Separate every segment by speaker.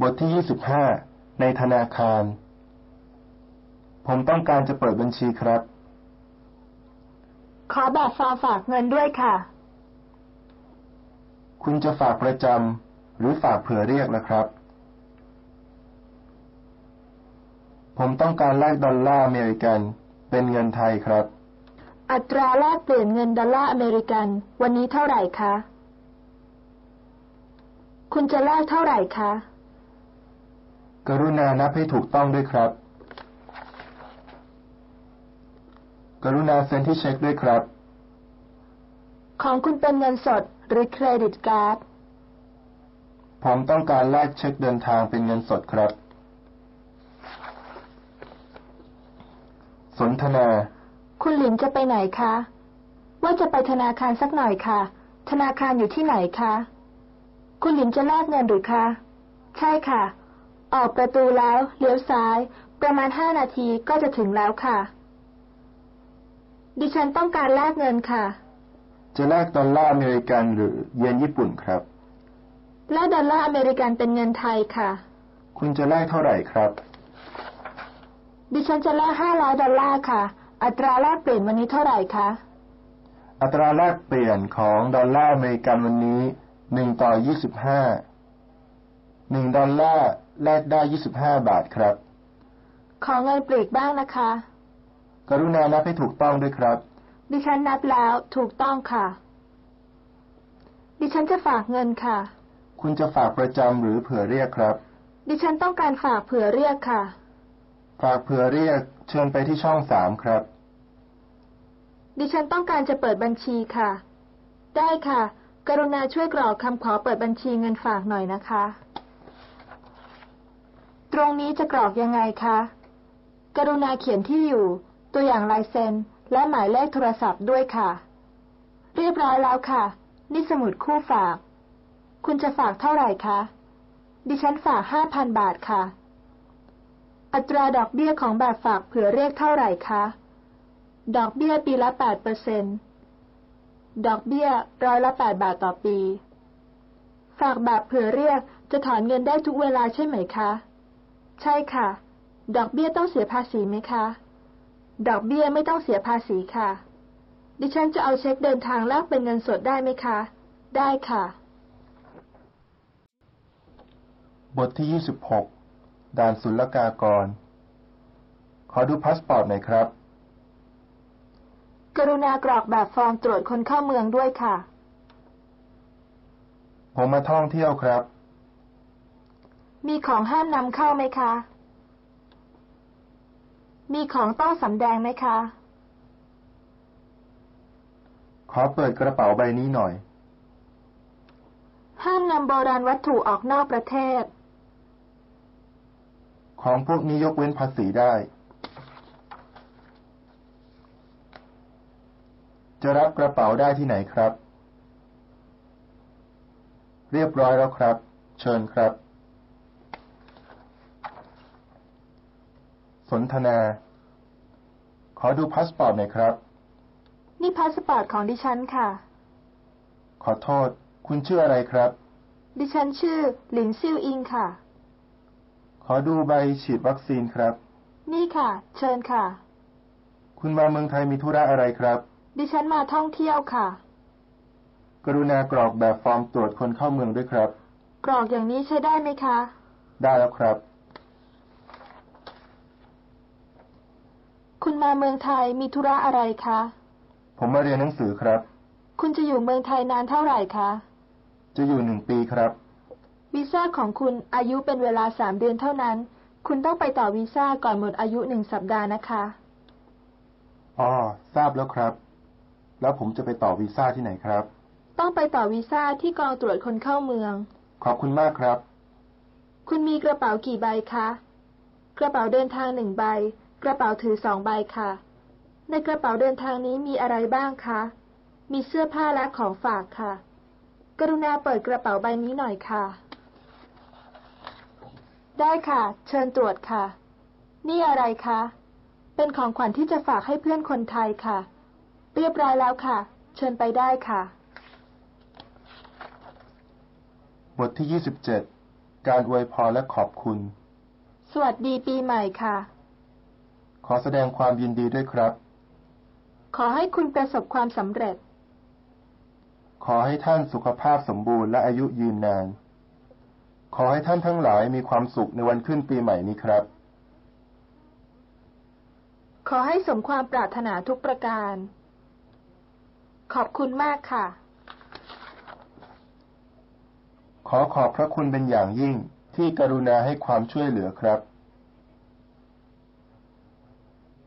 Speaker 1: บทที่ยี่สิบห้าในธนาคาร ผมต้องการจะเปิดบัญชีครับ
Speaker 2: ขอบัตรฟอร์ฝากเงินด้วยค่ะ
Speaker 1: คุณจะฝากประจำหรือฝากเผื่อเรียกนะครับ ผมต้องการแลกดอลลาร์อเมริกัน เป็นเงินไทยครับ
Speaker 2: อัตราแลกเปลี่ยนเงินดอลลาร์อเมริกัน วันนี้เท่าไหร่คะ คุณจะแลกเท่าไหร่คะ
Speaker 1: กรุณานับให้ถูกต้องด้วยครับ กรุณาเซ็นที่เช็คด้วยครับ
Speaker 2: ของคุณเป็นเงินสดหรือเครดิตการ์ด
Speaker 1: ผมต้องการแลกเช็คเดินทางเป็นเงินสดครับ สนทนา
Speaker 2: คุณหลินจะไปไหนคะ ว่าจะไปธนาคารสักหน่อยค่ะ ธนาคารอยู่ที่ไหนคะ คุณหลินจะแลกเงินหรือคะ ใช่ค่ะ ออกประตูแล้ว เลี้ยวซ้าย ประมาณห้านาทีก็จะถึงแล้วค่ะ ดิฉันต้องการแลกเงินค่ะ
Speaker 1: จะแลกดอลลาร์อเมริกันหรือเยนญี่ปุ่นครับ
Speaker 2: และดอลลาร์อเมริกันเป็นเงินไทยค่ะ
Speaker 1: คุณจะแลกเท่าไหร่ครับ
Speaker 2: ดิฉันจะแลกห้าร้อยดอลลาร์ค่ะ อัตราแลกเปลี่ยนวันนี้เท่าไหร่คะ
Speaker 1: อัตราแลกเปลี่ยนของดอลลาร์อเมริกันวันนี้หนึ่งต่อยี่สิบห้าหนึ่งดอลลาร์แลกได้ยี่สิบห้าบาทครับ
Speaker 2: ขอเงินปลีกบ้างนะคะ
Speaker 1: กรุณานับให้ถูกต้องด้วยครับ
Speaker 2: ดิฉันนับแล้วถูกต้องค่ะ ดิฉันจะฝากเงินค่ะ
Speaker 1: คุณจะฝากประจำหรือเผื่อเรียกครับ
Speaker 2: ดิฉันต้องการฝากเผื่อเรียกค่ะ
Speaker 1: ฝากเผื่อเรียกเชิญไปที่ช่องสามครับ
Speaker 2: ดิฉันต้องการจะเปิดบัญชีค่ะ ได้ค่ะ กรุณาช่วยกรอกคำขอเปิดบัญชีเงินฝากหน่อยนะคะ ตรงนี้จะกรอกยังไงคะ กรุณาเขียนที่อยู่ ตัวอย่างลายเซ็น และหมายเลขโทรศัพท์ด้วยค่ะ เรียบร้อยแล้วค่ะ นี่สมุดคู่ฝาก คุณจะฝากเท่าไหร่คะ ดิฉันฝากห้าพันบาทค่ะ อัตราดอกเบี้ยของบัตรฝากเผื่อเรียกเท่าไหร่คะ ดอกเบี้ยปีละ 8เปอร์เซนดอกเบี้ยร้อยละ 8 บาทต่อปี ฝากแบบเผื่อเรียกจะถอนเงินได้ทุกเวลาใช่ไหมคะ ใช่ค่ะ ดอกเบี้ยต้องเสียภาษีไหมคะ ดอกเบี้ยไม่ต้องเสียภาษีค่ะ ดิฉันจะเอาเช็คเดินทางแลกเป็นเงินสดได้ไหมคะ ได้ค่ะ
Speaker 1: บทที่ยี่สิบหกด่านศุลกากร ขอดูพาสปอร์ตหน่อยครับ
Speaker 2: กรุณากรอกแบบฟอร์มตรวจคนเข้าเมืองด้วยค่ะ
Speaker 1: ผมมาท่องเที่ยวครับ
Speaker 2: มีของห้ามนำเข้าไหมคะ มีของต้องสำแดงไหมคะ
Speaker 1: ขอเปิดกระเป๋าใบนี้หน่อย
Speaker 2: ห้ามนำโบราณวัตถุออกนอกประเทศ
Speaker 1: ของพวกนี้ยกเว้นภาษีได้ จะรับกระเป๋าได้ที่ไหนครับ เรียบร้อยแล้วครับ เชิญครับ สนทนา ขอดูพาสปอร์ตหน่อยครับ
Speaker 2: นี่พาสปอร์ตของดิฉันค่ะ
Speaker 1: ขอโทษ คุณชื่ออะไรครับ
Speaker 2: ดิฉันชื่อหลินซิ่วอิงค่ะ
Speaker 1: ขอดูใบฉีดวัคซีนครับ
Speaker 2: นี่ค่ะ เชิญค่ะ
Speaker 1: คุณมาเมืองไทยมีธุระอะไรครับ
Speaker 2: ดิฉันมาท่องเที่ยวค่ะ
Speaker 1: กรุณากรอกแบบฟอร์มตรวจคนเข้าเมืองด้วยครับ
Speaker 2: กรอกอย่างนี้ใช้ได้ไหมคะ
Speaker 1: ได้แล้วครับ
Speaker 2: คุณมาเมืองไทยมีธุระอะไรคะ
Speaker 1: ผมมาเรียนหนังสือครับ
Speaker 2: คุณจะอยู่เมืองไทยนานเท่าไหร่คะ
Speaker 1: จะอยู่หนึ่งปีครับ
Speaker 2: วีซ่าของคุณอายุเป็นเวลาสามเดือนเท่านั้น คุณต้องไปต่อวีซ่าก่อนหมดอายุหนึ่งสัปดาห์นะคะ
Speaker 1: อ๋อ ทราบแล้วครับ แล้วผมจะไปต่อวีซ่าที่ไหนครับ
Speaker 2: ต้องไปต่อวีซ่าที่กองตรวจคนเข้าเมือง
Speaker 1: ขอบคุณมากครับ
Speaker 2: คุณมีกระเป๋ากี่ใบคะ กระเป๋าเดินทางหนึ่งใบ กระเป๋าถือสองใบค่ะ ในกระเป๋าเดินทางนี้มีอะไรบ้างคะ มีเสื้อผ้าและของฝากค่ะ กรุณาเปิดกระเป๋าใบนี้หน่อยค่ะ ได้ค่ะ เชิญตรวจค่ะ นี่อะไรคะ เป็นของขวัญที่จะฝากให้เพื่อนคนไทยค่ะ เรียบร้อยแล้วค่ะ เชิญไปได้ค่ะ
Speaker 1: บทที่ยี่สิบเจ็ด การอวยพรและขอบคุณ
Speaker 2: สวัสดีปีใหม่ค่ะ
Speaker 1: ขอแสดงความยินดีด้วยครับ
Speaker 2: ขอให้คุณประสบความสำเร็จ
Speaker 1: ขอให้ท่านสุขภาพสมบูรณ์และอายุยืนนาน ขอให้ท่านทั้งหลายมีความสุขในวันขึ้นปีใหม่นี้ครับ
Speaker 2: ขอให้สมความปรารถนาทุกประการ ขอบคุณมากค่ะ
Speaker 1: ขอขอบพระคุณเป็นอย่างยิ่งที่กรุณาให้ความช่วยเหลือครับ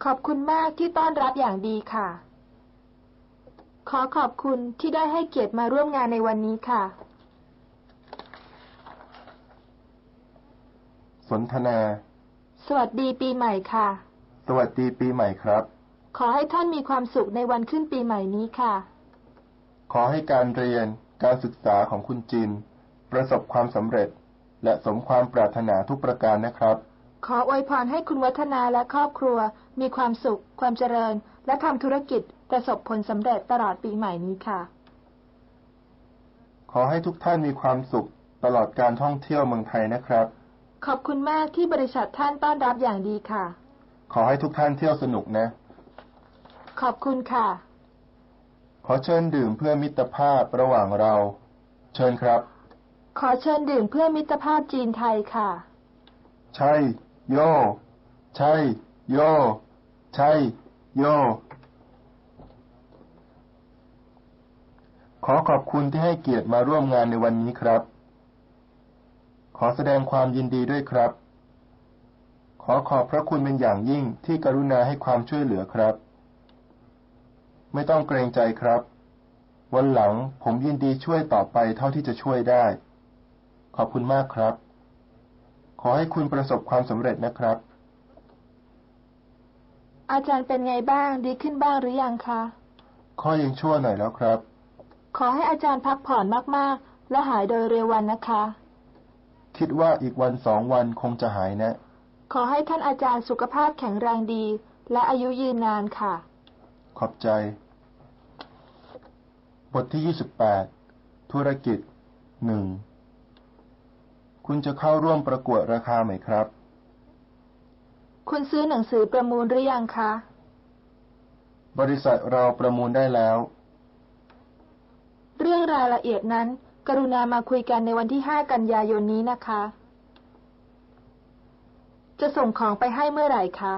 Speaker 2: ขอบคุณมากที่ต้อนรับอย่างดีค่ะ ขอขอบคุณที่ได้ให้เกียรติมาร่วมงานในวันนี้ค่ะ
Speaker 1: สนทนา
Speaker 2: สวัสดีปีใหม่ค่ะ
Speaker 1: สวัสดีปีใหม่ครับ
Speaker 2: ขอให้ท่านมีความสุขในวันขึ้นปีใหม่นี้ค่ะ
Speaker 1: ขอให้การเรียน การศึกษาของคุณจิน ประสบความสำเร็จ และสมความปรารถนาทุกประการนะครับ
Speaker 2: ขออวยพรให้คุณวัฒนาและครอบครัว มีความสุข ความเจริญ และทำธุรกิจประสบผลสำเร็จตลอดปีใหม่นี้ค่ะ
Speaker 1: ขอให้ทุกท่านมีความสุขตลอดการท่องเที่ยวเมืองไทยนะครับ
Speaker 2: ขอบคุณมากที่บริษัทท่านต้อนรับอย่างดีค่ะ
Speaker 1: ขอให้ทุกท่านเที่ยวสนุกนะ
Speaker 2: ขอบคุณค่ะ
Speaker 1: ขอเชิญดื่มเพื่อมิตรภาพระหว่างเรา เชิญครับ
Speaker 2: ขอเชิญดื่มเพื่อมิตรภาพจีนไทยค่ะ
Speaker 1: ใช่ โย ใช่ โย ใช่ โย ขอขอบคุณที่ให้เกียรติมาร่วมงานในวันนี้ครับ ขอแสดงความยินดีด้วยครับ ขอขอบพระคุณเป็นอย่างยิ่งที่กรุณาให้ความช่วยเหลือครับ ไม่ต้องเกรงใจครับ วันหลังผมยินดีช่วยต่อไปเท่าที่จะช่วยได้ ขอบคุณมากครับ ขอให้คุณประสบความสำเร็จนะครับ
Speaker 2: อาจารย์เป็นไงบ้างดีขึ้นบ้างหรือยังคะ
Speaker 1: ข้อยังชั่วหน่อยแล้วครับ
Speaker 2: ขอให้อาจารย์พักผ่อนมากๆ และหายโดยเร็ววันนะคะ
Speaker 1: คิดว่าอีกวันสองวันคงจะหายนะ
Speaker 2: ขอให้ท่านอาจารย์สุขภาพแข็งแรงดี และอายุยืนนานค่ะ
Speaker 1: ขอบใจ บทที่ 28 ธุรกิจหนึ่ง คุณจะเข้าร่วมประกวดราคาไหมครับ
Speaker 2: คุณซื้อหนังสือประมูลหรือยังคะ
Speaker 1: บริษัทเราประมูลได้แล้ว
Speaker 2: เรื่องรายละเอียดนั้น กรุณามาคุยกันในวันที่ 5 กันยายนนี้นะคะ จะส่งของไปให้เมื่อไหร่คะ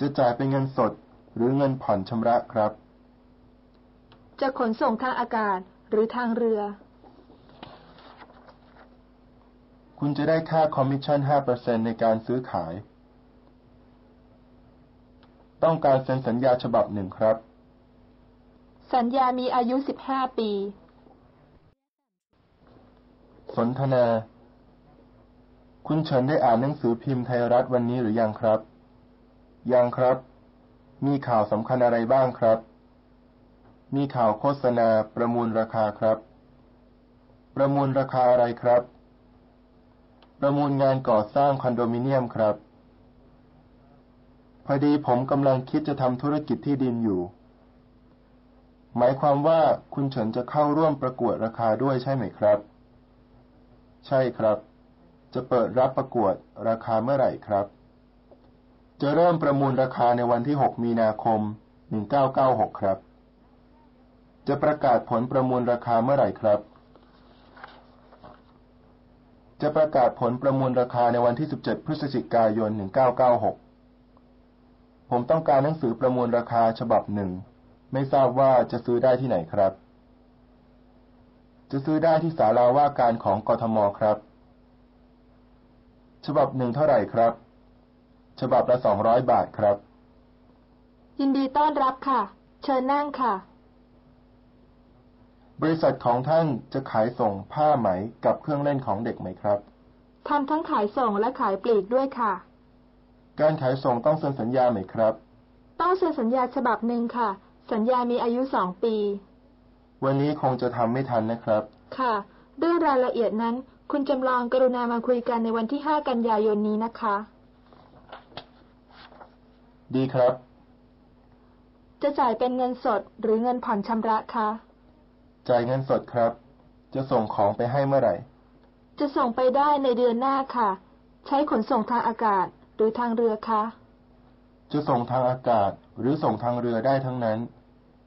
Speaker 1: จะจ่ายเป็นเงินสดหรือเงินผ่อนชำระครับ
Speaker 2: จะขนส่งทางอากาศหรือทางเรือ
Speaker 1: คุณจะได้ค่าคอมมิชชั่น 5%ในการซื้อขาย ต้องการเซ็นสัญญาฉบับหนึ่งครับ
Speaker 2: สัญญามีอายุ 15 ปี
Speaker 1: สนทนา คุณเฉินได้อ่านหนังสือพิมพ์ไทยรัฐวันนี้หรือยังครับ ยังครับ มีข่าวสำคัญอะไรบ้างครับ มีข่าวโฆษณาประมูลราคาครับ ประมูลราคาอะไรครับ ประมูลงานก่อสร้างคอนโดมิเนียมครับ พอดีผมกำลังคิดจะทำธุรกิจที่ดินอยู่ หมายความว่าคุณเฉินจะเข้าร่วมประกวดราคาด้วยใช่ไหมครับ ใช่ครับ จะเปิดรับประกวดราคาเมื่อไหร่ครับ จะเริ่มประมูลราคาในวันที่ 6 มีนาคม 1996 ครับ จะประกาศผลประมูลราคาเมื่อไหร่ครับ จะประกาศผลประมูลราคาในวันที่ 17 พฤศจิกายน 1996 ผมต้องการหนังสือประมูลราคาฉบับหนึ่ง ไม่ทราบว่าจะซื้อได้ที่ไหนครับ จะซื้อได้ที่ศาลาว่าการของกทมครับ ฉบับหนึ่งเท่าไหร่ครับ ฉบับละสองร้อยบาทครับ
Speaker 2: ยินดีต้อนรับค่ะ เชิญนั่งค่ะ
Speaker 1: บริษัทของท่านจะขายส่งผ้าไหมกับเครื่องเล่นของเด็กไหมครับ
Speaker 2: ทำทั้งขายส่งและขายปลีกด้วยค่ะ
Speaker 1: การขายส่งต้องเซ็นสัญญาไหมครับ
Speaker 2: ต้องเซ็นสัญญาฉบับหนึ่งค่ะ สัญญามีอายุ 2 ปี
Speaker 1: วันนี้คงจะทำไม่ทันนะครับ
Speaker 2: ค่ะ เรื่องรายละเอียดนั้น คุณจำลองกรุณามาคุยกันในวันที่ 5 กันยายนนี้นะคะ
Speaker 1: ดีครับ
Speaker 2: จะจ่ายเป็นเงินสดหรือเงินผ่อนชำระคะ
Speaker 1: จ่ายเงินสดครับ จะส่งของไปให้เมื่อไหร่
Speaker 2: จะส่งไปได้ในเดือนหน้าค่ะ ใช้ขนส่งทางอากาศหรือทางเรือคะ
Speaker 1: จะส่งทางอากาศหรือส่งทางเรือได้ทั้งนั้น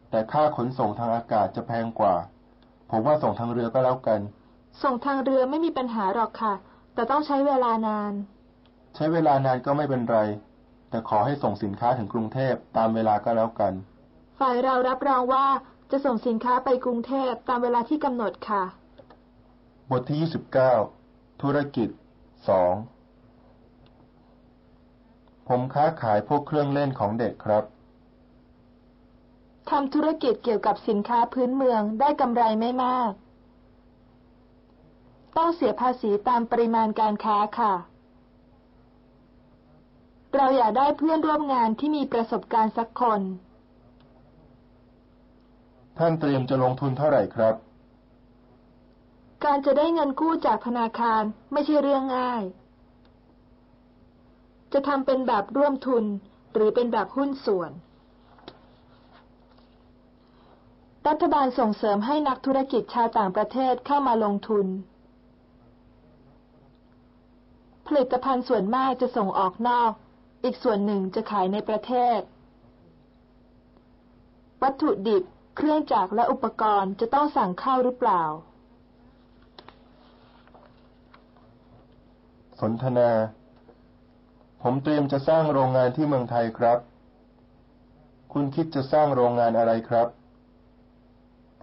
Speaker 1: แต่ค่าขนส่งทางอากาศจะแพงกว่า ผมว่าส่งทางเรือก็แล้วกัน
Speaker 2: ส่งทางเรือไม่มีปัญหาหรอกค่ะ แต่ต้องใช้เวลานาน
Speaker 1: ใช้เวลานานก็ไม่เป็นไร แต่ขอให้ส่งสินค้าถึงกรุงเทพตามเวลาก็แล้วกัน
Speaker 2: ฝ่ายเรารับรองว่าจะส่งสินค้าไปกรุงเทพตามเวลาที่กำหนดค่ะ
Speaker 1: บทที่ 29 ธุรกิจ 2 ผมค้าขายพวกเครื่องเล่นของเด็กครับ
Speaker 2: ทำธุรกิจเกี่ยวกับสินค้าพื้นเมืองได้กำไรไม่มาก ต้องเสียภาษีตามปริมาณการค้าค่ะ เราอยากได้เพื่อนร่วมงานที่มีประสบการณ์สักคน
Speaker 1: ท่านเตรียมจะลงทุนเท่าไหร่ครับ
Speaker 2: การจะได้เงินกู้จากธนาคารไม่ใช่เรื่องง่าย จะทำเป็นแบบร่วมทุนหรือเป็นแบบหุ้นส่วน รัฐบาลส่งเสริมให้นักธุรกิจชาวต่างประเทศเข้ามาลงทุน ผลิตภัณฑ์ส่วนมากจะส่งออกนอก อีกส่วนหนึ่งจะขายในประเทศ วัตถุดิบ เครื่องจักรและอุปกรณ์จะต้องสั่งเข้าหรือเปล่า
Speaker 1: สนทนา ผมเตรียมจะสร้างโรงงานที่เมืองไทยครับ คุณคิดจะสร้างโรงงานอะไรครับ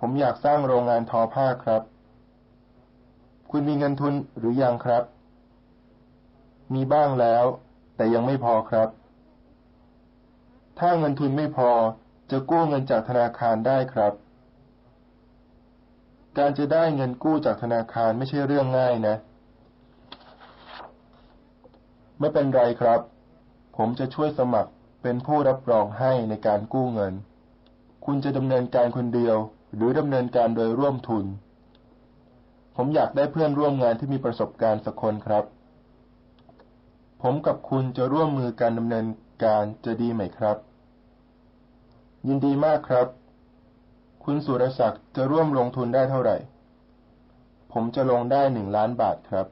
Speaker 1: ผมอยากสร้างโรงงานทอผ้าครับ คุณมีเงินทุนหรือยังครับ มีบ้างแล้ว แต่ยังไม่พอครับ ถ้าเงินทุนไม่พอจะกู้เงินจากธนาคารได้ครับ การจะได้เงินกู้จากธนาคารไม่ใช่เรื่องง่ายนะ ไม่เป็นไรครับ ผมจะช่วยสมัครเป็นผู้รับรองให้ในการกู้เงิน คุณจะดำเนินการคนเดียว หรือดำเนินการโดยร่วมทุน ผมอยากได้เพื่อนร่วมงานที่มีประสบการณ์สักคนครับ ผมกับคุณจะร่วมมือการดำเนินการจะดีไหมครับ ยินดีมากครับ คุณสุรศักดิ์จะร่วมลงทุนได้เท่าไหร่ ผมจะลงได้หนึ่งล้านบาทครับ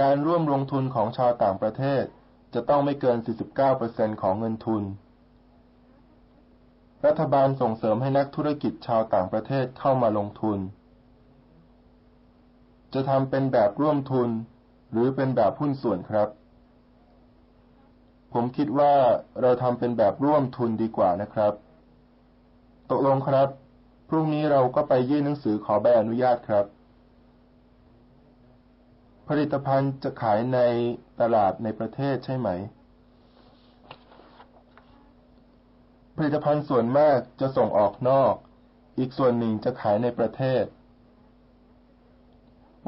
Speaker 1: การร่วมลงทุนของชาวต่างประเทศจะต้องไม่เกิน 49%ของเงินทุน รัฐบาลส่งเสริมให้นักธุรกิจชาวต่างประเทศเข้ามาลงทุน จะทำเป็นแบบร่วมทุน หรือเป็นแบบหุ้นส่วนครับ ผมคิดว่าเราทำเป็นแบบร่วมทุนดีกว่านะครับ ตกลงครับ พรุ่งนี้เราก็ไปยื่นหนังสือขอใบอนุญาตครับ ผลิตภัณฑ์จะขายในตลาดในประเทศใช่ไหม ผลิตภัณฑ์ส่วนมากจะส่งออกนอก อีกส่วนหนึ่งจะขายในประเทศ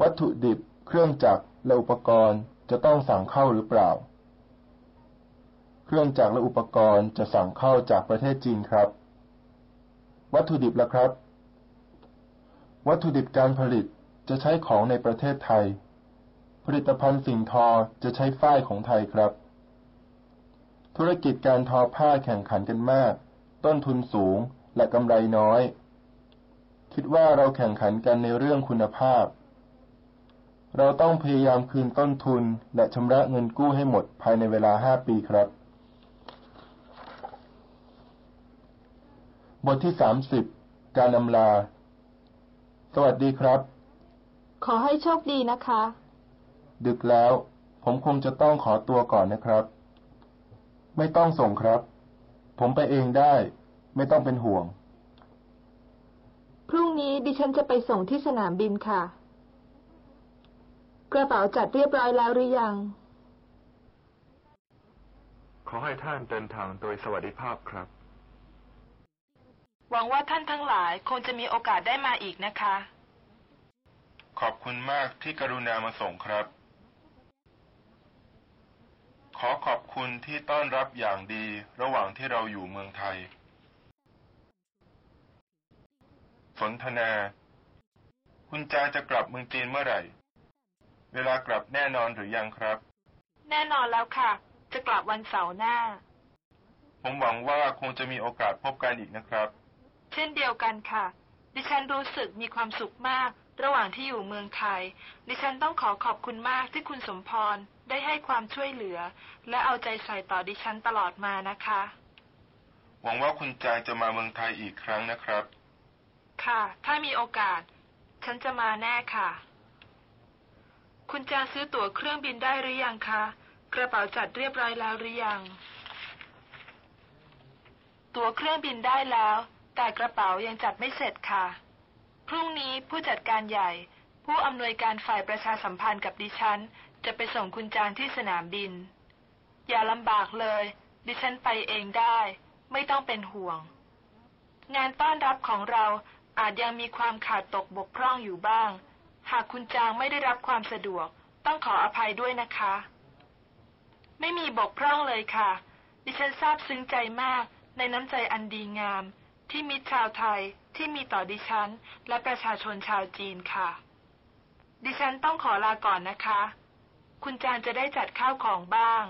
Speaker 1: วัตถุดิบ เครื่องจักรและอุปกรณ์จะต้องสั่งเข้าหรือเปล่า เครื่องจักรและอุปกรณ์จะสั่งเข้าจากประเทศจีนครับ วัตถุดิบล่ะครับ วัตถุดิบการผลิตจะใช้ของในประเทศไทย ผลิตภัณฑ์สิ่งทอจะใช้ฝ้ายของไทยครับ ธุรกิจการทอผ้าแข่งขันกันมาก ต้นทุนสูงและกำไรน้อย คิดว่าเราแข่งขันกันในเรื่องคุณภาพ เราต้องพยายามคืนต้นทุนและชำระเงินกู้ให้หมดภายในเวลา 5 ปีครับ บทที่ 30 การอำลา สวัสดีครับ
Speaker 2: ขอให้โชคดีนะคะ
Speaker 1: ดึกแล้ว ผมคงจะต้องขอตัวก่อนนะครับ ไม่ต้องส่งครับ ผมไปเองได้ ไม่ต้องเป็นห่วง
Speaker 2: พรุ่งนี้ดิฉันจะไปส่งที่สนามบินค่ะ กระเป๋าจัดเรียบร้อยแล้วหรือยัง
Speaker 3: ขอให้ท่านเดินทางโดยสวัสดิภาพครับ
Speaker 4: หวังว่าท่านทั้งหลายคงจะมีโอกาสได้มาอีกนะคะ
Speaker 1: ขอบคุณมากที่กรุณามาส่งครับ ขอขอบคุณที่ต้อนรับอย่างดีระหว่างที่เราอยู่เมืองไทย สนทนา คุณจาจะกลับเมืองจีนเมื่อไหร่ เวลากลับแน่นอนหรือยังครับ
Speaker 4: แน่นอนแล้วค่ะ จะกลับวันเสาร์หน้า
Speaker 1: ผมหวังว่าคงจะมีโอกาสพบกันอีกนะครับ
Speaker 4: เช่นเดียวกันค่ะ ดิฉันรู้สึกมีความสุขมาก
Speaker 2: ระหว่างที่อยู่เมืองไทย ดิฉันต้องขอขอบคุณมากที่คุณสมพรได้ให้ความช่วยเหลือ และเอาใจใส่ต่อดิฉันตลอดมานะคะ
Speaker 1: หวังว่าคุณจายจะมาเมืองไทยอีกครั้งนะครับ
Speaker 2: ค่ะ ถ้ามีโอกาส ฉันจะมาแน่ค่ะ คุณจาซื้อตั๋วเครื่องบินได้หรือยังคะ กระเป๋าจัดเรียบร้อยแล้วหรือยัง ตั๋วเครื่องบินได้แล้ว แต่กระเป๋ายังจัดไม่เสร็จค่ะ พรุ่งนี้ผู้จัดการใหญ่ ผู้อำนวยการฝ่ายประชาสัมพันธ์กับดิฉัน จะไปส่งคุณจางที่สนามบิน อย่าลำบากเลย ดิฉันไปเองได้ ไม่ต้องเป็นห่วง งานต้อนรับของเราอาจยังมีความขาดตกบกพร่องอยู่บ้าง หากคุณจางไม่ได้รับความสะดวก ต้องขออภัยด้วยนะคะ ไม่มีบกพร่องเลยค่ะ ดิฉันซาบซึ้งใจมากในน้ำใจอันดีงาม ที่มิตรชาวไทยที่มีต่อดิฉัน และประชาชนชาวจีนค่ะ ดิฉันต้องขอลาก่อนนะคะ คุณจางจะได้จัดข้าวของบ้าง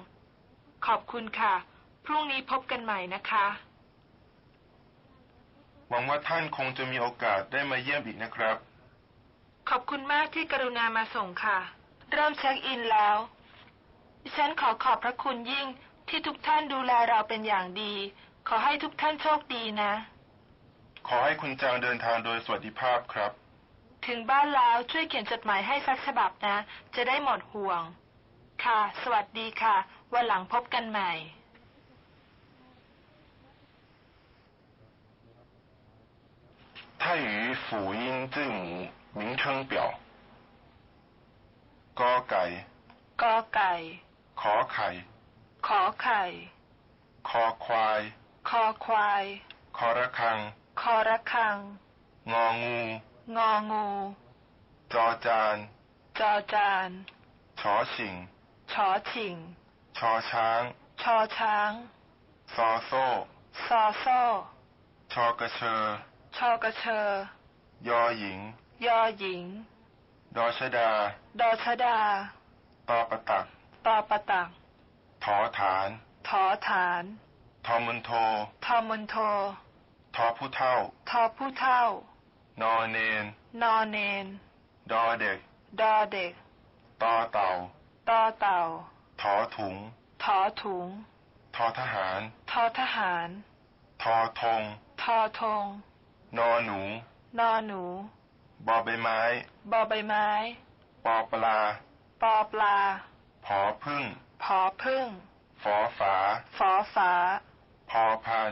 Speaker 2: ขอบคุณค่ะ พรุ่งนี้พบกันใหม่นะคะ
Speaker 1: หวังว่าท่านคงจะมีโอกาสได้มาเยี่ยมอีกนะครับ
Speaker 2: ขอบคุณมากที่กรุณามาส่งค่ะ เริ่มเช็คอินแล้ว ดิฉันขอขอบพระคุณยิ่งที่ทุกท่านดูแลเราเป็นอย่างดี ขอให้ทุกท่านโชคดีนะ
Speaker 1: ขอให้คุณจางเดินทางโดยสวัสดิภาพครับ
Speaker 2: ถึงบ้านแล้วช่วยเขียนจดหมายให้สักฉบับนะ จะได้หมดห่วง ค่ะ สวัสดีค่ะ วันหลังพบกันใหม่
Speaker 1: 泰语辅音字母名称表กอไก่
Speaker 2: กอไก่
Speaker 1: ขอไข่
Speaker 2: ขอไข่
Speaker 1: คอควาย
Speaker 2: คอควาย
Speaker 1: คอระคัง
Speaker 2: คอระคัง
Speaker 1: งองู
Speaker 2: งองู
Speaker 1: จอจาน
Speaker 2: จอจาน
Speaker 1: ชอชิง
Speaker 2: ชอชิง
Speaker 1: ชอช้าง
Speaker 2: ชอช้าง
Speaker 1: ซอโซ่
Speaker 2: ซอโซ่
Speaker 1: ชอกระเชอ
Speaker 2: ชอกระเชอ
Speaker 1: ยอหญิง
Speaker 2: ยอหญิง
Speaker 1: ดอชดา
Speaker 2: ดอชดา
Speaker 1: ตอประตัก
Speaker 2: ตอปะตัก
Speaker 1: ถอฐาน
Speaker 2: ถอฐาน
Speaker 1: ทอมุนโท
Speaker 2: ทอมนโท
Speaker 1: ทอผู้เท่า
Speaker 2: ทอผู้เท่า
Speaker 1: นอเนน
Speaker 2: นอเนน
Speaker 1: ดอเด็ก
Speaker 2: ดอเด็ก
Speaker 1: ตอเต่า
Speaker 2: ตอเต่า
Speaker 1: ถอถุง
Speaker 2: ถอถุง
Speaker 1: ทอทหาร
Speaker 2: ทอทหาร
Speaker 1: ทอธง
Speaker 2: ทอธง
Speaker 1: นอหนู
Speaker 2: นอหนู
Speaker 1: บอใบไม้
Speaker 2: บอใบไม้
Speaker 1: ปอปลา
Speaker 2: ปอปลา
Speaker 1: ผอพึ่ง
Speaker 2: ผอพึ่ง
Speaker 1: ฝอฝา
Speaker 2: ฝอฝา
Speaker 1: พอพัน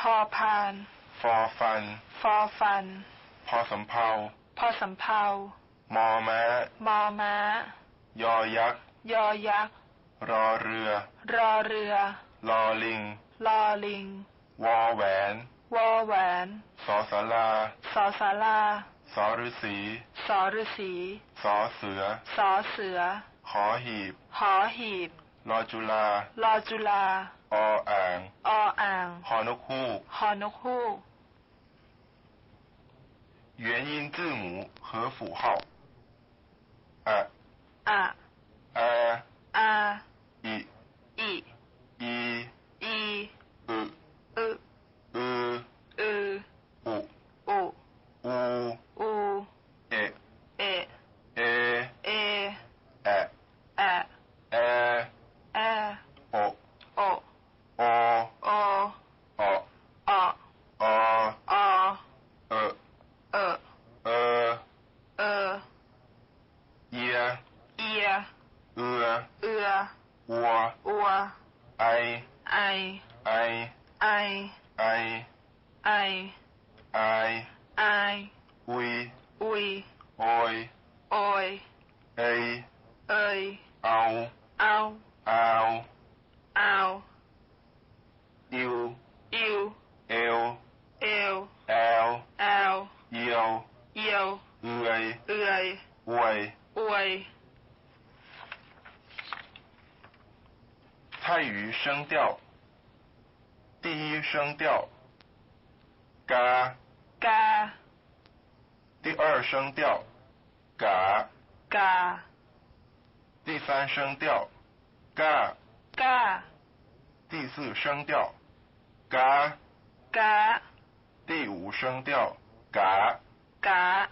Speaker 2: พอพาน
Speaker 1: ฟอฟัน
Speaker 2: ฟอฟัน
Speaker 1: พอสำเภา
Speaker 2: พอสำเภาม
Speaker 1: อม้า
Speaker 2: มอม้า
Speaker 1: ยอยักษ์
Speaker 2: ยอยักษ์
Speaker 1: รอเรือ
Speaker 2: รอเรือ
Speaker 1: ลอลิง
Speaker 2: ลอลิง
Speaker 1: วอแหวน
Speaker 2: วอแหวน
Speaker 1: สอสารา
Speaker 2: สอสารา
Speaker 1: สอฤาษี
Speaker 2: สอฤาษี
Speaker 1: สอเสือ
Speaker 2: สอเสือ
Speaker 1: ขอหีบ
Speaker 2: หอหีบ
Speaker 1: รอจุฬา
Speaker 2: ลอจุลา
Speaker 1: ออ่าง
Speaker 2: ออ่าง
Speaker 1: ฮอนกฮูก
Speaker 2: หอนกฮูก
Speaker 1: 元音字母和符号呃อะ
Speaker 2: อะ
Speaker 1: อะ
Speaker 2: อา
Speaker 1: อิ
Speaker 2: อิ
Speaker 1: อี
Speaker 2: อี
Speaker 1: อึ
Speaker 2: อึ
Speaker 1: อือ
Speaker 2: อือ
Speaker 1: อุ
Speaker 2: อุ
Speaker 1: อู
Speaker 2: อู
Speaker 1: เอ
Speaker 2: เอ
Speaker 1: เอ
Speaker 2: เอ
Speaker 1: แอะ
Speaker 2: แอ
Speaker 1: แอ
Speaker 2: แอ
Speaker 1: โอ
Speaker 2: โอ
Speaker 1: โอ
Speaker 2: โอ
Speaker 1: ออ
Speaker 2: ออ
Speaker 1: ออ
Speaker 2: ออ
Speaker 1: เออ
Speaker 2: เออ
Speaker 1: เออ
Speaker 2: เออ
Speaker 1: เอีย
Speaker 2: เอีย
Speaker 1: เอือ
Speaker 2: เอือ
Speaker 1: อัว
Speaker 2: อัว
Speaker 1: ไอ
Speaker 2: ไอ
Speaker 1: ไอ
Speaker 2: ไอ
Speaker 1: ไอ
Speaker 2: ไอ
Speaker 1: ไอ
Speaker 2: ไอ
Speaker 1: อุย
Speaker 2: อุย
Speaker 1: โอย
Speaker 2: โอย
Speaker 1: เอ
Speaker 2: เอ่ย
Speaker 1: เอา
Speaker 2: เอา
Speaker 1: เอา
Speaker 2: เอา
Speaker 1: อิว
Speaker 2: อิว
Speaker 1: เอล
Speaker 2: เอว
Speaker 1: แอล
Speaker 2: แอว
Speaker 1: เอียว
Speaker 2: เอียว
Speaker 1: เอื่อย
Speaker 2: เอื่อย
Speaker 1: อวย
Speaker 2: อวย
Speaker 1: 泰语声调，第一声调，嘎；
Speaker 2: กา
Speaker 1: 第二声调，嘎；
Speaker 2: กา
Speaker 1: 第三声调，嘎；
Speaker 2: กา
Speaker 1: 第四声调，嘎；
Speaker 2: กา
Speaker 1: 第五声调，嘎；
Speaker 2: กา